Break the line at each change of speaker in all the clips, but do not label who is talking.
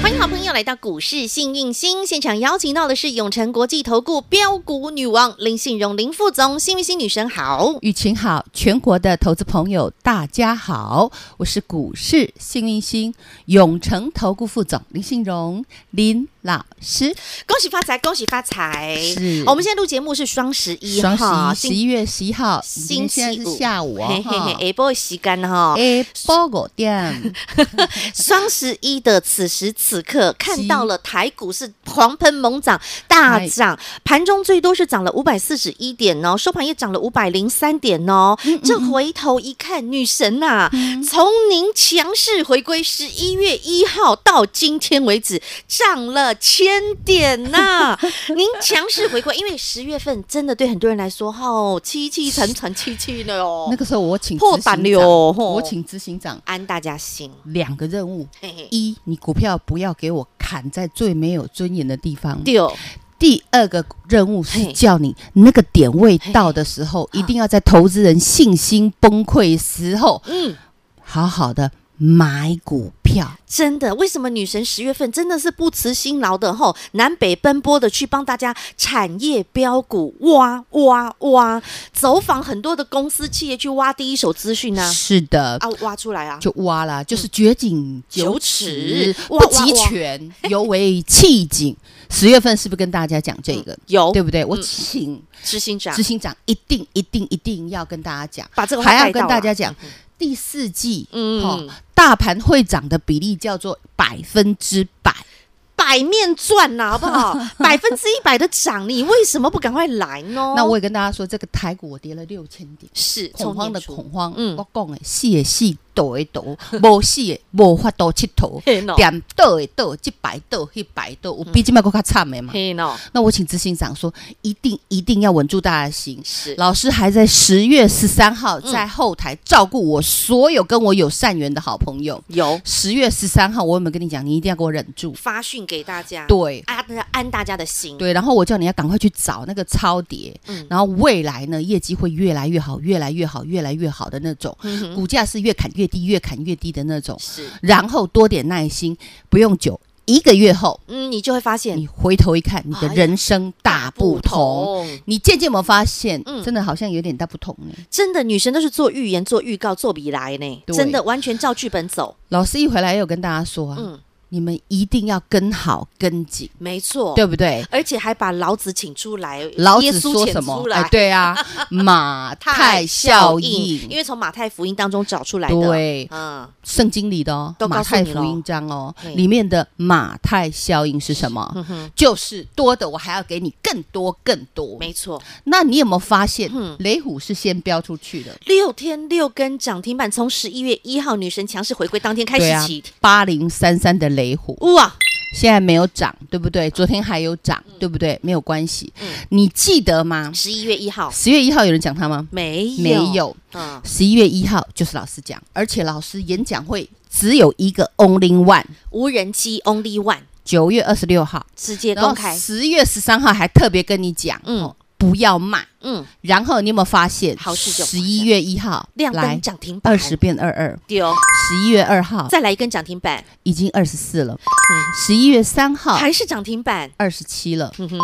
欢迎好朋友来到股市幸运星现场，邀请到的是永诚国际投顾标股女王林信荣林副总，幸运星女神好。
雨晴好，全国的投资朋友大家好，我是股市幸运星永诚投顾副总林信荣林老师，
恭喜发财，恭喜发财！哦
是
哎好我们现在录节目是双十一
双
哈，
十一十一月十一号，
星
星
期
现在是
五
下午
嘿
哦，
嘿
哈
嘿，哎，不会吸干哈。
哎，包裹 店
双十一的此时此刻，看到了台股是狂喷猛涨，大涨，盘中最多是涨了五百四十一点哦，收盘也涨了五百零三点哦。
嗯
这回头一看，女神呐、从您强势回归十一月一号到今天为止，涨了千点呐、 您强势回归，因为十月份真的对很多人来说，吼、凄凄惨惨戚戚的哦，
那个时候我请
破
执行
板了哦
长
哟吼
我请执行长
安大家心。
两个任务。
嘿嘿，
一，你股票不要给我砍在最没有尊严的地方。
六
第二个任务
嘿
是叫你那个点位到的时候，一定要在投资人信心崩溃时候，
嗯。
好好的买股票。
真的，为什么女神十月份真的是不辞辛劳的吼，南北奔波的去帮大家产业标股挖挖挖，走访很多的公司企业去挖第一手资讯呢、
是的，
啊，挖出来啊，
就挖啦，就是掘井
九
九
尺
尺，
哇
不及全，尤为弃井。十月份是不是跟大家讲这个？
有
对不对？我请
执行长
执行长一定一定一定要跟大家讲，
把这个话
还要
带到啊
跟大家
啦
讲，第四季，
嗯
嗯，大盘会涨的比例叫做百分之百。
百面赚 呐、好不好？百分之一百的涨，你为什么不赶快来 呢？
那我也跟大家说，这个台股我跌了六千点，
是
恐慌的，
从年初
恐慌，
嗯
我讲的死的死，抖的抖，无死的无法度佚 佗，
嘿喏
点倒的倒，一百倒一百倒，有比这卖更较惨的嘛。
嗯嘿喏，
那我请执行长说，一定一定要稳住大家的心。
是嗯
老师还在十月十三号在后台照顾我所有跟我有善缘的好朋友。
有
十月十三号，我有没有跟你讲？你一定要给我忍住。
发讯给大家，
对，
安安大家的心，
对，然后我叫你要赶快去找那个超跌，
嗯
然后未来呢业绩会越来越好，越来越好，越来越好的那种，
嗯
股价是越砍越低，越砍越低的那种。
是，
然后多点耐心，不用久，一个月后
嗯，你就会发现
你回头一看，你的
哎呀
人生大不同。。你渐渐有没有发现，
嗯
真的好像有点大不同呢？
真的，女神都是做预言、做预告、做笔来呢，
对
真的完全照剧本走。
老师一回来也有跟大家说啊，
嗯，
你们一定要跟好跟紧，
没错，
对不对？
而且还把老子请出来，
老
哦耶
子
稣
说
遣
什么
出？来，
哎，对 啊，马太效应
因，为从马太福音当中找出来的。，
对，
嗯，
圣经里的哦，
都告
马
诉
太
你咯
福音章哦
嘿，
里面的马太效应是什
嗯
么？就是多的我还要给你更多更多。
没错，
那你有没有发现
嗯，
雷虎是先标出去的？
六天六根涨停板，从十一月一号女神强势回归当天开
对啊
始起，，哦
八零三三的雷虎
哇，
现在没有涨，对不对？昨天还有涨，对不对？没有关系
嗯，
你记得吗？
十一月一号
十月一号有人讲他吗？
没有
没，有，
嗯，
十一月一号就是老师讲，而且老师演讲会只有一个 only one，
无人机 only one
九月二十六号。
直接
然后
公开，
十月十三号还特别跟你讲，
嗯
嗯，不要卖。
嗯，
然后你有没有发现，
好事就发
十
生
一月一号
亮灯
来
涨停板
二十变二二，
丢，
十一月二号
再来一根涨停板，
已经二十四了，十一月三号
还是涨停板，
二十七了，
嗯哼。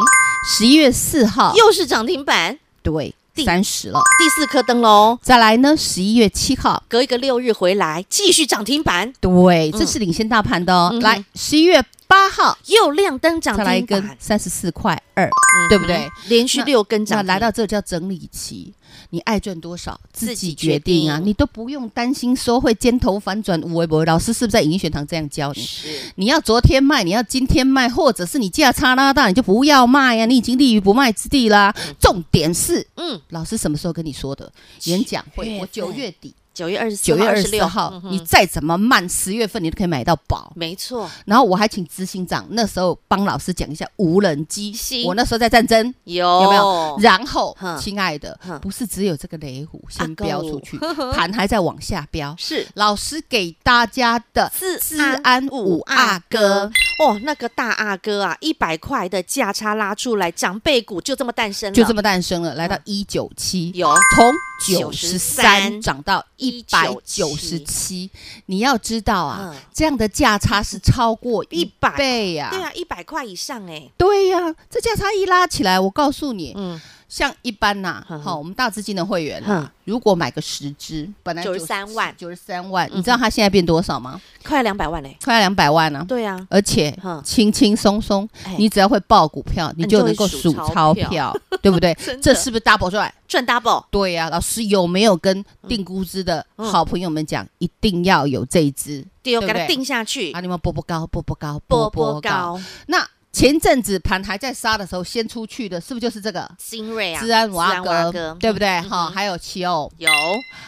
十一月四号
又是涨停板，
对
定
三十了。
第四颗灯喽，
再来呢，十一月七号。
隔一个六日回来继续涨停板，
对，
嗯
这是领先大盘的哦。
嗯哼
来，十一月八号
又亮灯涨
再来一
停
根
板，嗯
三十四块二，对不对？
连续六根涨
那
停，
来到这叫整理期，你爱赚多少
自
自
己
己
决
决定啊，
定
你都不用担心说会尖头反转无为不为。老师是不是在影音学堂这样教你？
是
你要昨天卖，你要今天卖，或者是你价差拉大，你就不要卖呀、啊，你已经立于不卖之地啦。重点是，
嗯
老师什么时候跟你说的？演讲
月
会，我
份
九月底
九月二十
九月二十
六嗯
四号，嗯你再怎么慢，十月份你都可以买到宝。
没错，
然后我还请执行长那时候帮老师讲一下无人机
是，
我那时候在战争。
有
有没有？？然后
哦哼，
亲爱的
哼，
不是只有这个雷虎先
够
飙出 去，盘还在往下飙。
是啊
老师给大家的
自
治安五阿哥，
哦，那个大阿哥啊，一百块的价差拉出来，长辈股就这么诞生了，
就这么诞生了，来到一九七，
嗯有
从九
93
十三涨到一百九十七。你要知道啊，
嗯
这样的价差是超过
一
一
百
倍呀、
对啊，一百块以上哎、
对呀、这价差一拉起来，我告诉你，
嗯，
像一般呐、
哼
好，我们大资金的会员、啊
哼
如果买个十只，本来
93万嗯
九十三万，你知道它现在变多少吗？
快两百万嘞、
快两百万呢、
对啊，
而且
哼
轻轻松松
哎，
你只要会报股票，你
你
就
就会
能够
数
数
钞
钞
票
票， 对不对
真？
这
的
是不是 double 赚？
赚 double
对呀、老师有没有跟定估值的
嗯
好朋友们讲，一定要有这一支
对哦，
对
给
不
它
对
定下去
啊？，你们波波高，波波高，
波波。高，
那前阵子盘还在杀的时候，先出去的是不是就是这个
精锐啊，
治安瓦
阿
格，对不对？哈，还有奇欧，
嗯有，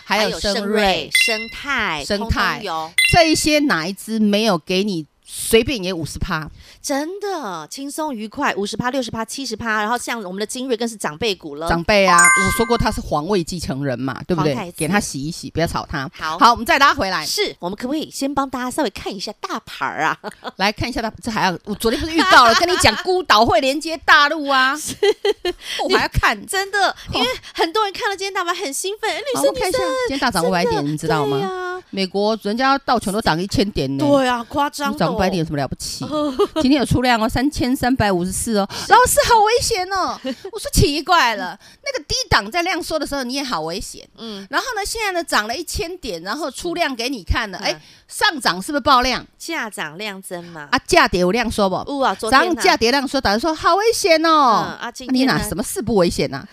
还有盛瑞、
生态、
生
通通
态
有，
这一些，哪一支没有给你随便也五十趴？
真的轻松愉快，五十趴、六十趴、七十趴，然后像我们的精锐更是长辈股了，
长辈啊，我说过他是皇位继承 人嘛，对不
哦皇太
对？
子
给他洗一洗，不要吵他。
好
好，我们再拉 回来，
是我们可不可以先帮大家稍微看一下大牌儿 啊？
来看一下他，这还要我昨天不是预 告了，跟你讲孤岛会连接大陆啊，我还要看。
真的，因为很多人看了今天大盘很兴奋，哎女
好，
生
哦我
女
看
生
一下，今天大涨五百点，你知道
对
吗？
啊
美国人家道琼都涨一千点呢，
对啊，夸张
你
的
涨五百点有什么了 不起？今天有出量哦，三千三百五十四哦，老师好危险 哦！我说奇怪了，那个低档在量缩的时候你也好危险，
嗯
嗯，然后呢，现在呢涨了一千点，然后出量给你看了，
嗯
哎，上涨是不是爆量
价涨量增嘛。
啊？价跌有量缩不？
呜啊，昨
然
天
后
啊
价跌量缩，打算说好危险
嗯
哦。
啊，今
那你
天呢
哪什么事不危险 呐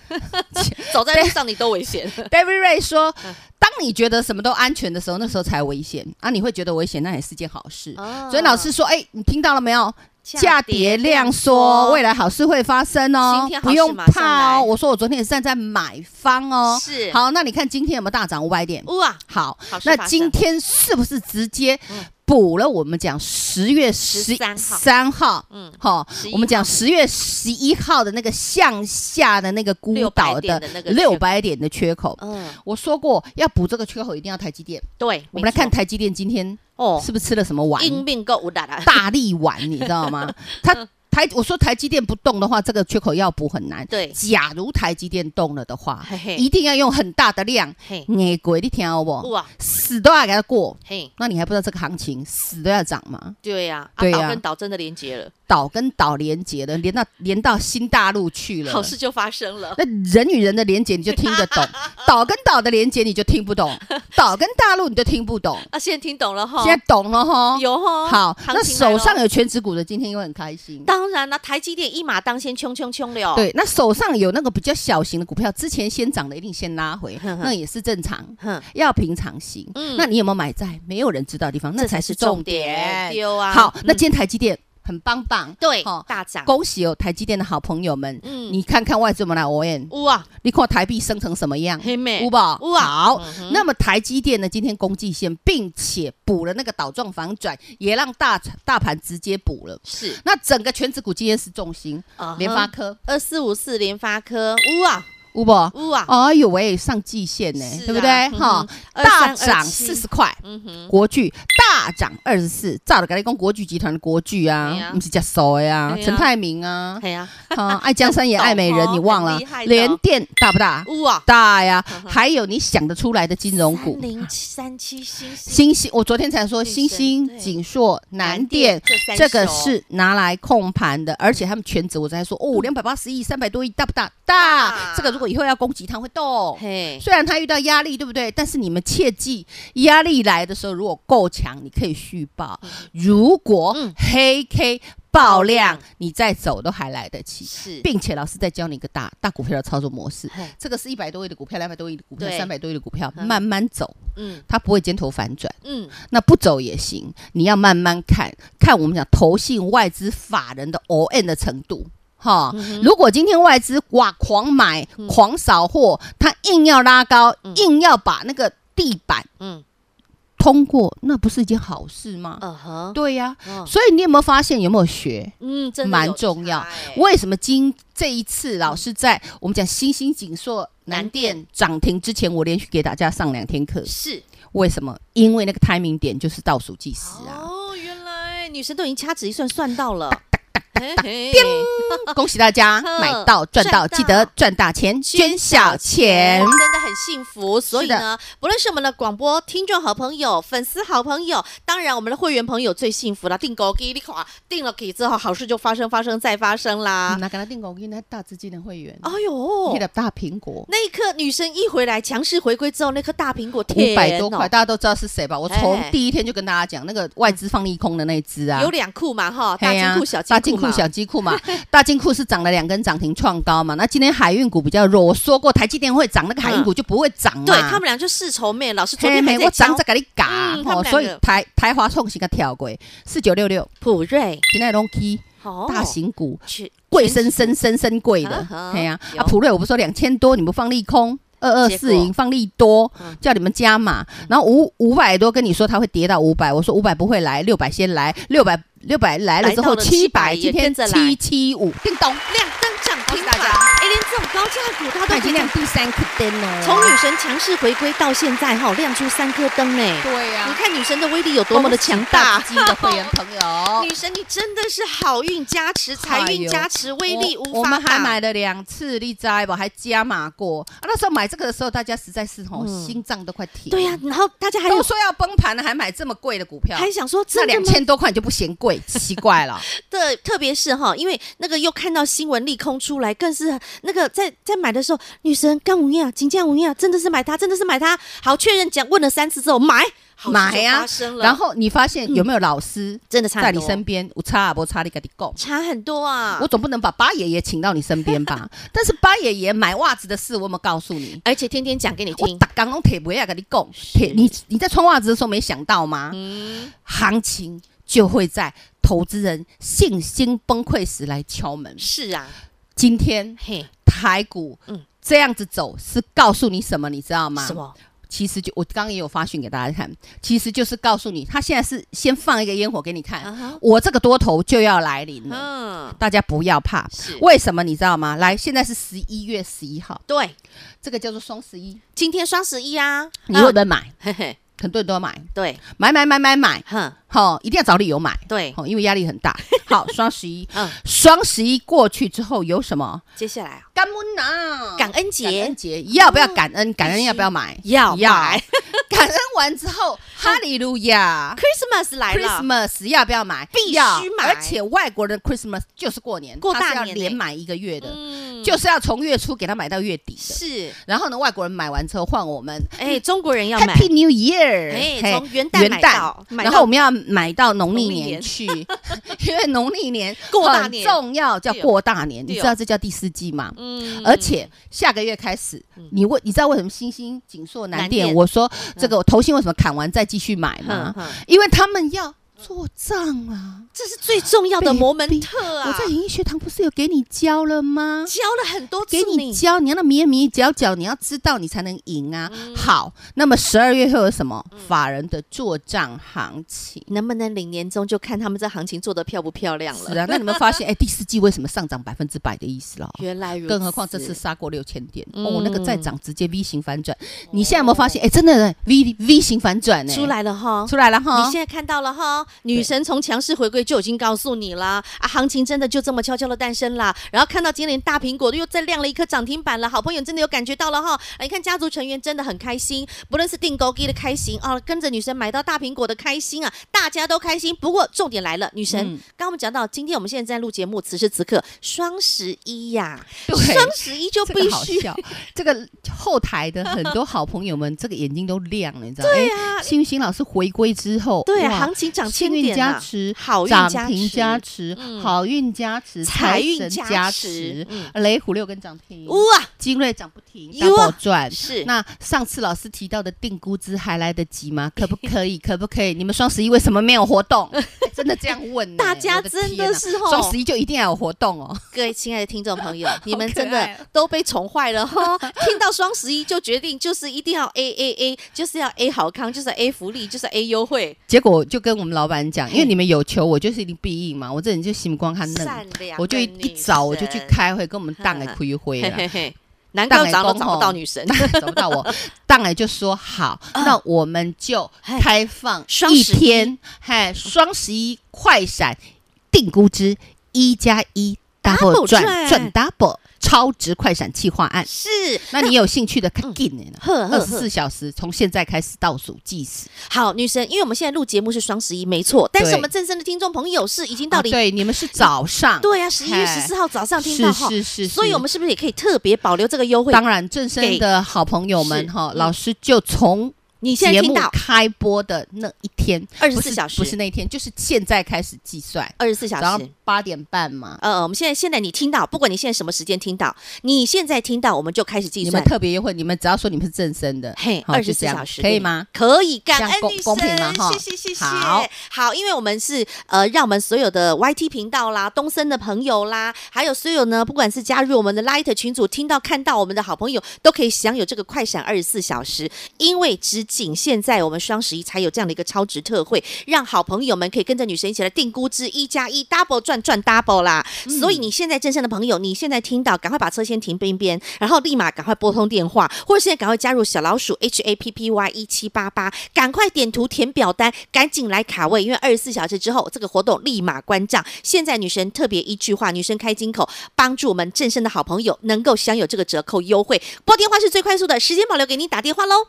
走在路上你都危险，
？David Ray 说，
啊
当你觉得什么都安全的时候，那时候才危险啊！你会觉得危险，那也是件好事。
啊哦
所以老师说，哎，你听到了没有？价跌量缩，未
了
来好事会发生哦
今天，好
不
事
用
马上
怕
来
哦。我说我昨天也是站在买方哦，
是
好，那你看今天有没有大涨五百点？
呜啊，
好
好事，发
那
生
今天是不是直接补了我们讲十月十
13号
三号？
嗯，
好
11，
我们讲十月十一号的那个向下的那个孤岛
600点
的
的那个缺口
六百点的缺口，
嗯，
我说过要补这个缺口一定要台积电。
对，
我们来看
没错
台积电今天
哦，
是不是吃了什么丸？
应命购物的啦，
大力丸，你知 道吗？它台我说台积电不动的话，这个缺口要补很难。
对
假如台积电动了的话
嘿嘿，
一定要用很大的量，
嘿，
你鬼你听好
呜
不？
啊，
死都要给它过。
嘿，
那你还不知道这个行情死都要涨吗？
对呀，啊，
对
岛
呀
跟岛真的连接了，
岛跟岛连接的，连到连到新大陆去了。
好事就发生了，
那人与人的连接你就听得 懂，岛跟岛的连接你就听不懂，岛跟大陆你就听不懂。
啊，现在听懂了哈，
现在懂了哈？
有哈，
好，
行
那
情来
手
咯
上有全指股的，今天又很开心。
当然了，台积电一马当先，冲冲冲了，，
对，那手上有那个比较小型的股票，之前先涨的一定先拉回，
哼哼
那也是正常，
哼，
要平常心。
嗯
那你有没有买在没有人知道的地方？那才是重点。
丢啊，
好，那
嗯
今天台积电很棒棒，
对
哦
大涨，
恭喜哦，台积电的好朋友们，
嗯
你看看外资怎么来 O N，
呜啊，
你看台币升成什么样？
黑妹
五宝
有啊
好
嗯，哼
那么台积电呢？今天攻击线，并且补了那个倒状反转，也让大大盘直接补了。
是
那整个全指股今天是重心，
啊哈
联发科，
二四五四联发科，呜啊
五宝。
呜啊，
哎呦喂，上季线呢、
是啊
对不对？
嗯
哈、
23
大涨
27
四十块，
嗯哼，
国巨大涨二十四，照着跟你讲，国巨集团的国巨
哎呀
啊，不是叫熟的呀
哎，呀
陈泰明啊，
哎呀，
啊，爱江山也爱美人，
懂哦
你忘了
很厉害？的
联电大不大？
呜啊，
大呀
嗯哼，
还有你想得出来的金融股
三，零三七星星
星星，我昨天才说
女神
星星
对、
锦硕、南电。
三
这个
手
是拿来控盘的，而且他们全职，我才说哦，两百八十亿、三百多亿，大不大？
嗯
大
大。
这个如果以后要攻击，它会动。
嘿，
虽然它遇到压力，对不对？但是你们切记，压力来的时候，如果够强，你可以续报；如果
嗯
黑 K 爆
爆
量
量，
你再走都还来得及。
是
并且老师再教你一个大大股票的操作模式
嘿，
这个是一百多亿的股票，两百多亿的股票，
对
三百多亿的股票，
嗯
慢慢走，
嗯
它不会尖头反转。
嗯
那不走也行，你要慢慢看看我们讲投信外资法人的 O N 的程度。哈、
嗯
如果今天外资哇狂买、狂扫货，他硬要拉高，硬要把那个地板
嗯，
通过，那不是一件好事吗？
嗯哼，
对呀、
嗯
所以你有没有发现有没有学？
嗯，真的
蛮
有
重要
差欸
为什么今这一次老师在我们讲新兴锦硕南电涨停之前，我连续给大家上两天课？
是
为什么？因为那个 timing 点就是倒数计时啊！
哦，原来女神都已经掐指一算算到了，嘿嘿
恭喜大家
呵
买到赚
赚
到，
到
记得赚大钱，捐小钱。
真的很幸福。所以呢，不论是我们的广播听众好朋友、粉丝好朋友，当然我们的会员朋友最幸福了。订狗给你垮，订了给之后，好事就发生，发生再发生啦。
那给他订购给那大资金的会员，
哎呦
那，个大苹果
那一刻女神一回来，强势回归之后，那颗大苹果
五
天
百多
哦
块，大家都知道是谁吧？我从
哎
第一天就跟大家讲，那个外资放利空的那一只啊
哦有。两库嘛哈，大
嘿
金
呀
库、小
大
金
金
库嘛
库、。小金库嘛， 大金库是涨了两根涨停创高嘛。那今天海运股比较弱，我说过台积电会涨，那个海运股就不会涨嘛。
对他们俩就世仇妹，老师昨天还
嘿
在
我
讲
涨在给你嘎
嗯他们
哦，
两个
所以台台华创新个跳过四九六六，
普瑞，
现在拢起
哦
大型股
去
贵生生生生贵
啊
的
哈，
哎呀，
有
啊普瑞我不是说两千多，你不放利空，二二
结
四
果
零放利多
嗯，
叫你们加码，然后五五百多跟你说它会跌到五百，我说五百不会来，六百先来，六百六百来了之后
来到了
七百，
700
今
也跟
天
着来
七七五，叮咚，
亮灯涨
恭
停
喜
板
哦大家，
哎，连这种高价股它都
它
可
已
以
经亮第三颗灯了，
从女神强势回归到现在哈，亮出三颗灯呢。
对呀
你看女神的威力有多么的强大，。
基金的会员朋友
女神你真的是好运加持、财运加持，威力
哎我
无
我
法
们还买
挡。
了两次，你知道不？还加码过、啊。那时候买这个的时候，大家实在是吼、
嗯
心脏都快停。
对呀，啊然后大家还
都
有
说要崩盘了，还买这么贵的股票，
还想说
这
真的
两
吗？
千多块你就不嫌贵，奇怪了。
的，特别是哈，因为那个又看到新闻利空出来，更是那个在在买的时候，女神干无恙，金价无恙，真的是买它，真的是买它。好，确认讲问了三次之后买，好
买
事就
啊
发生 了
然后你发现有没有老师
真的差
在
很
你
多
身边？我差啊，不差你跟你讲。
差很多啊。
我总不能把八爷爷请到你身 边吧？但是八爷爷买袜子的事，我有没有告诉你？
而且天天讲给你
我
听，
打刚拢铁不要跟你讲，铁你你在穿袜子的时候没想到吗？
嗯，
行情就会在投资人信心崩溃时来敲门。
是啊，
今天
嘿，
台股
嗯
这样子走，是告诉你什么？你知道吗？
什么？
其实就我刚刚也有发讯给大家看，其实就是告诉你，他现在是先放一个烟火给你看，
啊哈
我这个多头就要来临了，
嗯，
大家不要怕。
是，
为什么你知道吗？来，现在是十一月十一号，
对，
这个叫做双十一，
今天双十一啊，
你会
啊
不会买？
嘿嘿，
很多人都要买，
对，
买买买买买，
哼，
好、一定要找理由买，
对，
好、因为压力很 大。好，双十一，
嗯，
双十一过去之后有什么？
接下来啊
感恩呐、
感恩
感
节嗯
恩节要不要感恩？感恩要不要买？
要买
感恩完之后，哈利路亚。
，Christmas 来了，
Christmas 要不要买？
必须
要
买
而且外国人 Christmas 就是过年，
过
他是
大
要
年欸
连买一个月的，
嗯，
就是要从月初给他买到月底的。
是，
然后呢，外国人买完之后换我们
哎，中国人要买，
Happy New Year，
哎
嘿
从元旦买到买到
然后我们要买到农历
农历
年
年
去， 因为农历年
过大
很
年
重要，叫
对哦
过大年。你
对
知
哦
道这叫第四季吗？
嗯
而且下个月开始，你为你知道为什么新兴锦硕南
南
电，
电
我说这个投信为什么砍完再继续买
嗯
吗
哼？哼
因为他们要做账啊。
啊这是最重要的
被
摩门
逼
特啊，
我在影音学堂不是有给你教了吗？
教了很多次
给你教，你要那迷迷角角，你要知道你才能赢啊。
嗯
好，那么十二月会有什么法人的做账行情？
能不能领年终就看他们这行情做得漂不漂亮了。
是啊，那你们发现哎，第四季为什么上涨百分之百的意思了？
原来如此，
更何况这次杀过六千点，
嗯哦
哦，那个再涨直接 V 型反转。你现在有没有发现？哎，真的 V V 型反转呢，
出来了哈。
出来了哈。
你现在看到了哈，女神从强势回归就已经告诉你啦，啊，行情真的就这么悄悄的诞生啦。然后看到今年大苹果又再亮了一颗涨停板了，好朋友真的有感觉到了哈。啊你看家族成员真的很开心，不论是订购机的开心啊，跟着女神买到大苹果的开心啊，大家都开心。不过重点来了，女神，
嗯
刚刚我们讲到，今天我们现在在录节目，此时此刻双十一呀、
对
双十一就
这
必
个好
须
笑，这个后台的很多好朋友们，这个眼睛都亮了，你知道吗？对哎
啊
幸运星老师回归之后，
对啊，
哇
行情涨千
幸运
点
加
啊
持、
好运
涨
加
停
持
加持、
嗯
好运加持、
财
财
运
神
加
加
持
持、
嗯
雷虎六根涨停，
哇，
精锐涨不停，
哟
大波赚。
是
那上次老师提到的定估值还来得及吗？可不可以？可不可以？你们双十一为什么没有活 动？哎真的这样问呢、
大家
我天
真的
啊
是吼
双十一就一定要有活动哦。
各位亲爱的听众 朋友，你们
可
真
爱
的
哦
都被宠坏了哈！听到双十一就决定就是一定要 A A A，就是要 A 好康，就是 A 福利，就是 A 优惠，
结果就跟我们老板讲，因为你们有求，我就是一定必应嘛。我这人就心光看嫩，
善良。
我就一一早我就去，开会，跟我们档来开会
嘿
了
嘿。嘿，难怪
当然
找都
讲
找不到
吼
女神。
找不到我，当然就说好， 那我们就开放
嗯双
一
十一
天，嘿，双十一快闪定估值一加一
Double
double
赚
赚赚 double 超值快闪企划 案。
是，
那你有兴趣的，赶紧的呢，
呵呵
二十
呵
四小时从现在开始倒数计时。
好，女神，因为我们现在录节目是双十一，没错，但是
对
我们正身的听众朋友是已经到
哦
底、
对，你们是早上，
对呀、啊，十一月十
嗨
四号早上听到
是
哈，
是是，
所以
是
我们是不是也可以特别保留这个优惠？
当然正身的好朋友们
是
哈，
嗯
老师就从
你现在
节
听
目
到
开播的那一天，
24
不是
小时
不是那一天，就是现在开始计算，
二十四
早
小
上
时。嗯
八点半嘛。
呃，我们现在现在你听到，不管你现在什么时间听到，你现在听到，我们就开始计
你
算
们。特别优惠，你们只要说你们是正身的，
嘿，
好
二
就
十
这
四
样
小时
可
给
以
你
吗？
可以，感
这样
恩
公
女神，
公平吗哈
谢谢谢谢，
好
好，因为我们是呃，让我们所有的 YT 频道啦、东森的朋友啦，还有所有呢，不管是加入我们的 Light 群组，听到看到我们的好朋友，都可以享有这个快闪二十四小时，因为只仅限在我们双十一才有这样的一个超值特惠，让好朋友们可以跟着女神一起来定估值一加一 double 赚赚 double 啦。所以你现在正向的朋友，你现在听到，赶快把车先停边边，然后立马赶快拨通电话，或者现在赶快加入小老鼠 H A P P Y 一七八八，赶快点图填表单，赶紧来卡位，因为二十四小时之后这个活动立马关账。现在女神特别一句话，女神开金口，帮助我们正身的好朋友能够享有这个折扣优惠。拨电话是最快速的，时间保留给您打电话喽。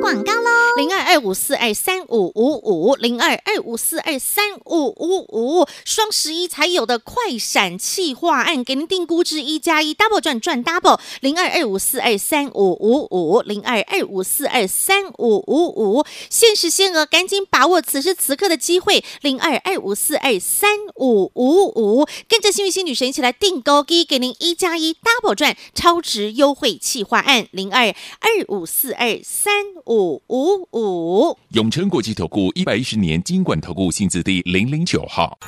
广告喽，零二二五四二三五五五，零二二五四二三五五五，双十一才有的快闪企划案，给您定估值一加一 double 赚赚 double，零二二五四二三五五五，零二二五四二三五五五，限时限额，赶紧把握此时此刻的机会，零二二五四二三五五五，跟着幸运星女神一起来订购机，给您一加一 double 赚超值优惠企划案，零二二五四二三五五五。
永诚国际投顾一百一十年金管投顾性质第零零九号，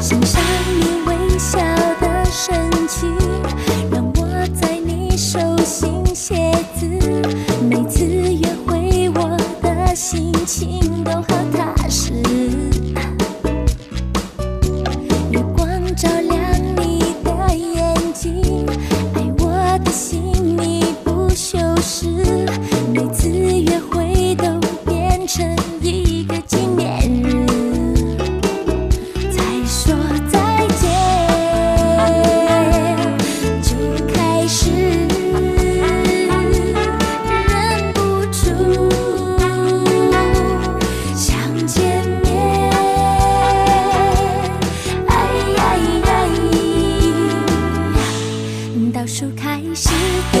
欣赏你微笑的神情，让我在你手心写字。每次约会，我的心情都好踏实。月光照亮你的眼睛，爱我的心你不修饰。每次约会都变成一个纪念日。再说再哎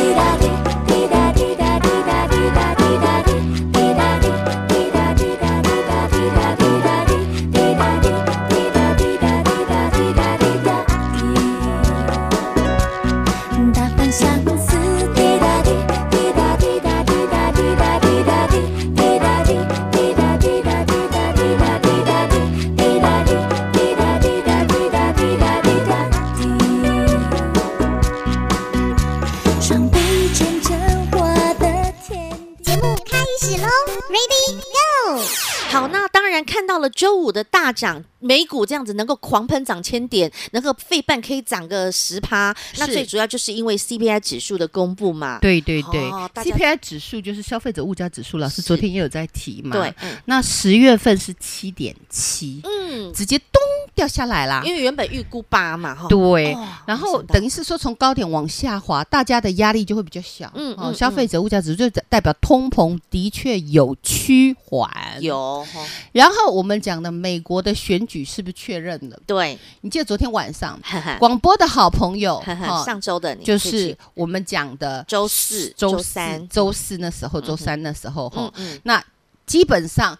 周五的大涨，美股这样子能够狂喷涨千点，能够费半可以涨个十趴，那
是
最主要就是因为 CPI 指数的公布嘛。
对对对、
哦大家
c p i 指数就是消费者物价指数，老师昨天也有在提嘛。
对，，嗯
那十月份是七点七，
嗯，
直接咚掉下来啦。
因为原本预估八嘛，哈，
对，
哦
然后
没想到
等于是说从高点往下滑，大家的压力就会比较小。
嗯
嗯，
嗯
哦，消费者物价指数就代表通膨的确有趋缓。。
有，哈
然后我们讲的美国的选举是不是确认了？
对，
你记得昨天晚上
哈哈，
广播的好 朋友
哈
哦
哈，上周的你
就
可以
是
去
我们讲的
周四、
周
周
四
三，
周四那时候，周三那时候哈、
嗯嗯，
那基本上。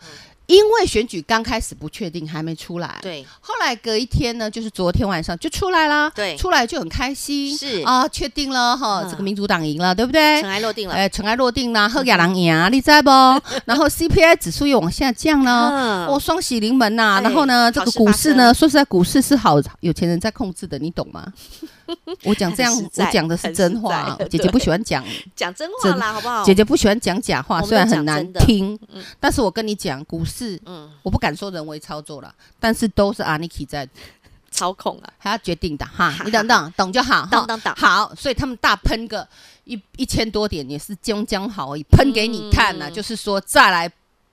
因为选举刚开始不确定，还没出来。，
对，
后来隔一天呢，就是昨天晚上就出来啦。
对
出来就很开心。
是
啊，确定了哈，
嗯
这个民主党赢了，对不对
尘？埃落定了，嗯
哎，尘埃落定啦，贺亚 郎赢啊，你在不？然后 CPI 指数又往下降了。
嗯
哦，双喜临门呐、
哎
然后呢，这
好
个
事
股
发
市呢，说实在，股市是好有钱人在控制的，你懂 吗？我讲这样，
很实
我
在
讲的是
很
真
实
话啊
在。
姐姐不喜欢讲，
讲真话
真
啦，好不好？
姐姐不喜欢讲假话，
我们
虽然
都讲
很难
真的
听
嗯，
但是我跟你讲，股市
嗯，
我不敢说人为操作了，但是都是 Aniki 在
操控啊，，
还要决定的哈你等等懂就好，哈
懂懂懂
好，所以他们大喷个一一千多点也是将将好而已，喷给你看呐、
嗯
就是说再来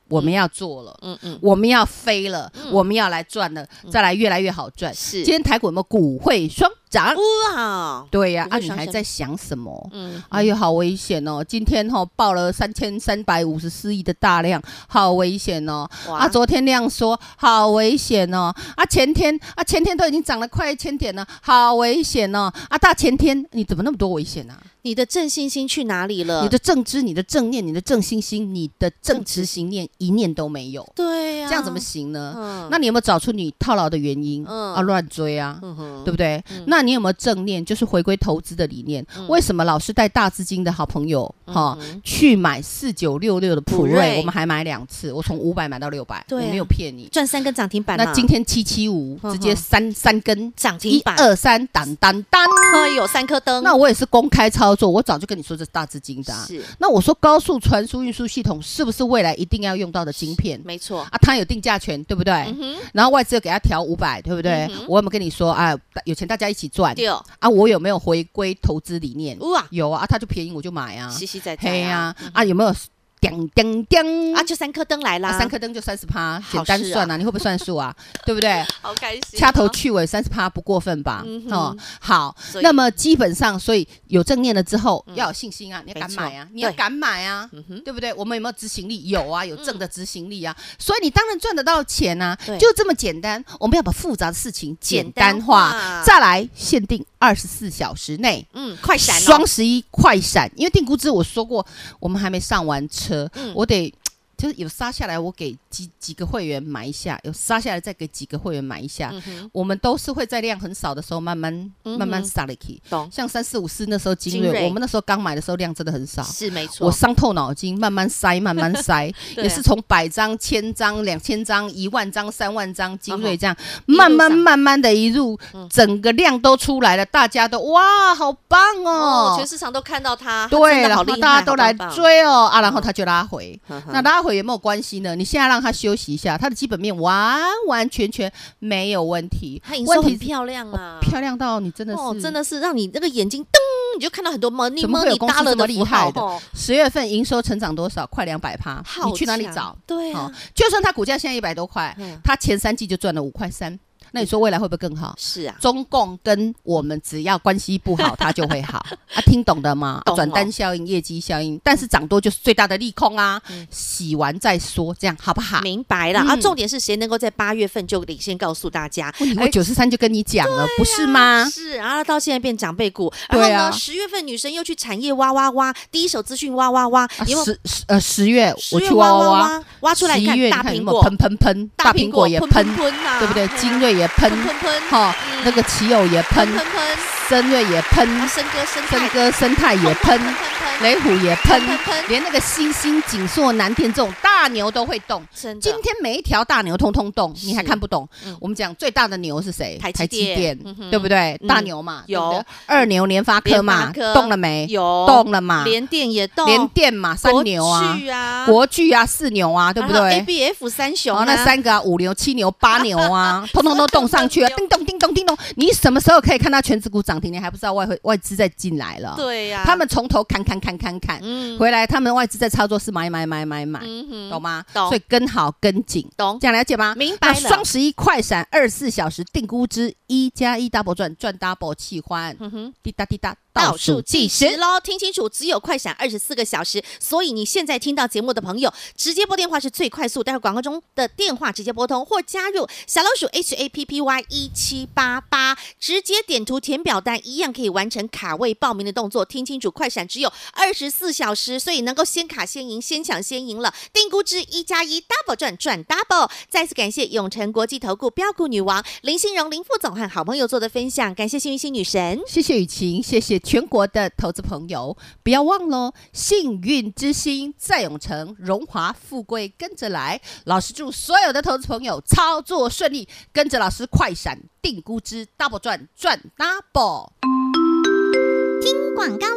我们要做了，
嗯嗯，
我们要飞了，我们要来赚了，再来越来越好赚。
是
今，天台股有没有股汇双涨？
哇，
对呀、
股
啊，
汇
你
双
还
升
在想什么？
嗯，
哎呦，好危险哦！今天哈、哦、爆了三千三百五十四亿的大量，好危险哦！啊，
哇，
昨天量缩，好危险哦！啊，前天啊，前天都已经涨了快一千点了，好危险哦！啊，大前天你怎么那么多危险啊？
你的正信心去哪里了？
你的正知、你的正念、你的正心心、你的正直行念，一念都没有，
对呀，
这样怎么行呢？
嗯
那你有没有找出你套牢的原因？
嗯
啊，乱追啊！
嗯嗯哼
对不对？那你有没有正念？就是回归投资的理念。为什么老是带大资金的好朋友哈、去买四九六六的
嗯
普
普瑞
瑞？我们还买两次，我从五百买到六百、
对啊
我没有骗你。
赚三根涨停板嘛，
那今天七七五
嗯
直接
哼
三三根，
涨停
一
板，
二三，当当当。
可以有三颗灯，
那我也是公开操作，我早就跟你说这是大资金的啊、
是
那我说高速传输运输系统是不是未来一定要用到的晶片？
没错，
啊，它有定价权，对不对？
嗯
然后外资又给它调五百，对不对？我有没有跟你说啊？有钱大家一起赚
对，哦
啊！我有没有回归投资理念？
哇，
有啊，啊它就便宜我就买啊，
实实在在
嘿呀，啊有没有？叮叮叮
嗯啊，就三颗灯来啦，
啊，三颗灯就三十趴，
好
简单
事啊
算啊，你会不会算数啊？对不对？
好开心哦，嗯
掐头去尾三十趴不过分吧？哦，好
所，以嗯
那么基本上，所以有正念了之后，要有信心啊，你要
没
敢
错
买啊，你要
对嗯
敢买啊，对不对？我们有没有执行力？有啊，有正的执行力啊，所以你当然赚得到钱啊
对，
就这么简单。我们要把复杂的事情简单
简单化
化，再来限定二十四小时内。
嗯，快闪哦
双十一快闪，因为定估值我说过，我们还没上完车，
嗯
我得。就是有杀下来，我给几几个会员买一下；有杀下来，再给几个会员买一
嗯
下。我们都是会在量很少的时候，慢慢、慢慢杀了去。
懂
像三四五四那时候精
精锐
锐，我们那时候刚买的时候量真的很少，
是没错，
我伤透脑筋，慢慢塞，慢慢塞，
对啊
也是从百张、千张、两千张、一万张、三万张精锐这样，
嗯一路
慢慢
上嗯
慢慢的一路，整个量都出来了，大家都哇，好棒
哦，
哦
全！市场都看到它，它
对，
真的
然
好
后
厉害，
大家都来
好棒棒，嗯
追哦啊，然后他就拉回。
呵呵
那拉回有没有关系呢？你现在让他休息一下，他的基本面完完全全没有问题
它营。收
问
很
题是哦
漂亮啊，
漂亮到你真的是
哦，真的是让你那个眼睛瞪，你就看到很多 money
怎么会有
money
公司
搭了
这么
的
厉
符号
害的
哦
十月份营收成长多少？快两百趴，
好
你去哪里
强
找？
对啊
哦，就算它股价现在一百多块
嗯，
它前三季就赚了五块三，那你说未来会不会更好？
是啊，
中共跟我们只要关系不好，它就 会好啊，听懂的吗？
懂哦
啊转单效应、业绩效应，但是涨多就是最大的利空啊，
嗯
洗完再说，这样好不好？
明白了、啊！
嗯
重点是谁能够在八月份就领先告诉大家？
问题我哎九十三就跟你讲了，不是吗？
是哎啊，到现在变长辈股，然
对
后
啊
呢，十、月份女神又去产业挖挖挖，第一手资讯挖挖挖，
啊
有没有？
十十呃十月我
十月
去挖
挖
挖
挖挖出来，
十
你
一
看
月你
大
看有
苹
没有
果
喷，喷喷，大苹果也
喷啊哎
喷，
喷呐、
对不对？精锐也喷
喷，喷喷，嗯
哈，那个奇友也喷
喷，喷喷，
四声乐也喷，
啊，生哥生态
森哥生态也 喷，
喷
雷虎也
喷
喷
喷喷，
连那个星星、锦硕、南天这种大牛都会动。
真的
今天每一条大牛通通动，你还
是
看不懂
嗯？
我们讲最大的牛是谁？
台积电
电
嗯，哼
对不对
嗯？
大牛嘛，
有
对不对二牛联发科
联发
嘛
科，
动了没？
有
动了嘛？
联电也动，
联电嘛，三牛
国
啊
巨，啊，
国巨啊，四牛啊，对不对？
？ABF 三雄
然
啊，，
后那三个啊，五牛、七牛、八牛啊，通通都动上去啊叮咚叮咚叮咚。你什么时候可以看到全指股涨停？你还不知道外汇外资在进来了。
对呀，
他们从头砍砍砍砍砍，
啊嗯
回来他们外资在操作是买买买买买，
嗯哼
懂吗？
懂
所以跟好跟紧，
懂
这样了解吗？
明白了
那双十一快闪二十四小时定估值一加一 double 赚赚 double 气欢，
嗯哼
滴答滴答
倒数计时喽，听清楚，只有快闪二十四个小时，所以你现在听到节目的朋友，直接拨电话是最快速。待会广告中的电话直接拨通，或加入小老鼠 H A P P Y 一七八八，直接点图填表单，一样可以完成卡位报名的动作。听清楚，快闪只有二十四小时，所以能够先卡先赢，先抢先赢了。定估值一加一 double 赚赚 double。再次感谢永诚国际投顾标股女王林心荣林副总和好朋友做的分享，感谢幸运星女神。
谢谢雨晴，谢谢全国的投资朋友，不要忘喽！幸运之星在永城，荣华富贵跟着来。老师祝所有的投资朋友操作顺利，跟着老师快闪定估值 double 赚赚 double。
广告喽！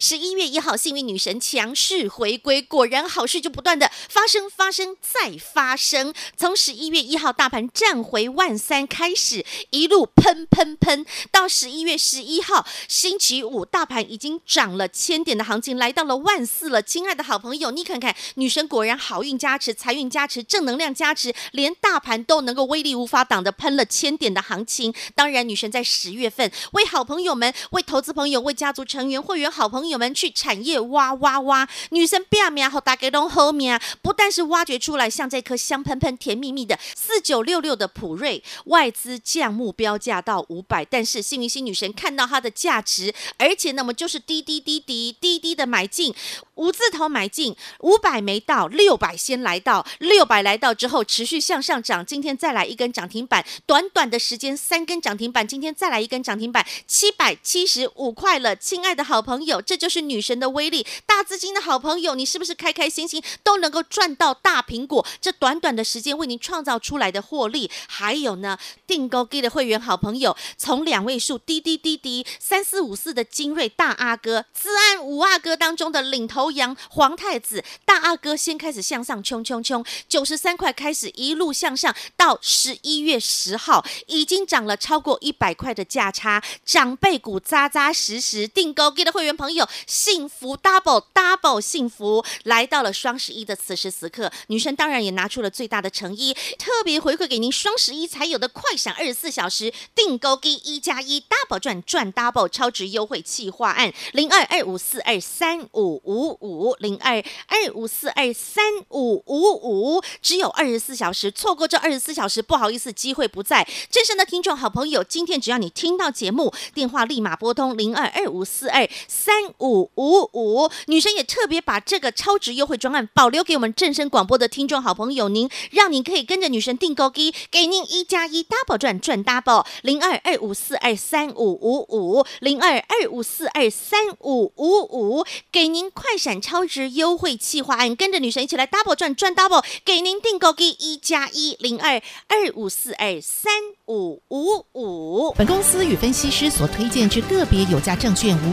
十一月一号，幸运女神强势回归，果然好事就不断的发生、发生再发生。从十一月一号大盘站回万三开始，一路喷喷喷，到十一月十一号星期五，大盘已经涨了千点的行情，来到了万四了。亲爱的好朋友，你看看，女神果然好运加持、财运加持、正能量加持，连大盘都能够威力无法挡的喷了千点的行情。当然，女神在十月份为好朋友们、为投资朋友、为家族成员、会员好朋友们去产业挖挖挖。女神变命好大家拢好命，不但是挖掘出来像这颗香喷喷、甜蜜蜜的四九六六的普瑞，外资降目标价到五百，但是幸运星女神看到它的价值，而且呢，我们就是滴滴滴滴滴滴的买进，五字头买进，五百没到，六百先来到，六百来到之后持续向上涨，今天再来一根涨停板，短短的时间三根涨停板，今天再来一根涨停板，七百七十五块了，亲爱的好朋友，这就是女神的威力，大资金的好朋友，你是不是开开心心都能够赚到大苹果？这短短的时间为您创造出来的获利，还有呢，订购给的会员好朋友，从两位数滴滴滴滴三四五四的精锐大阿哥、资安五阿哥当中的领头羊皇太子大阿哥，先开始向上冲冲冲，九十三块开始一路向上，到十一月十号已经涨了超过一百块的价差，长辈股扎扎实实订购给的会员朋友，幸福 double double 幸福，来到了双十一的此时此刻，女生当然也拿出了最大的诚意，特别回馈给您双十一才有的快闪二十四小时订购给一加一 double 赚赚 double 超值优惠企划案零二二五四二三五五五零二二五四二三五五五，只有二十四小时，错过这二十四小时，不好意思，机会不在。真正的听众好朋友，今天只要你听到节目，电话立马拨通零二二五四二三五五五。女生也特别把这个超值优惠专案保留给我们正声广播的听众好朋友您，让您可以跟着女生订购机，给您一加一 double 赚赚 double 零二二五四二三五五五零二二五四二三五五五，给您快闪超值优惠企划案，跟着女神一起来 double 赚赚 double，给您订购机一加一零二二五四二三五五五。
本公司与分析师所推荐之个别有价证券无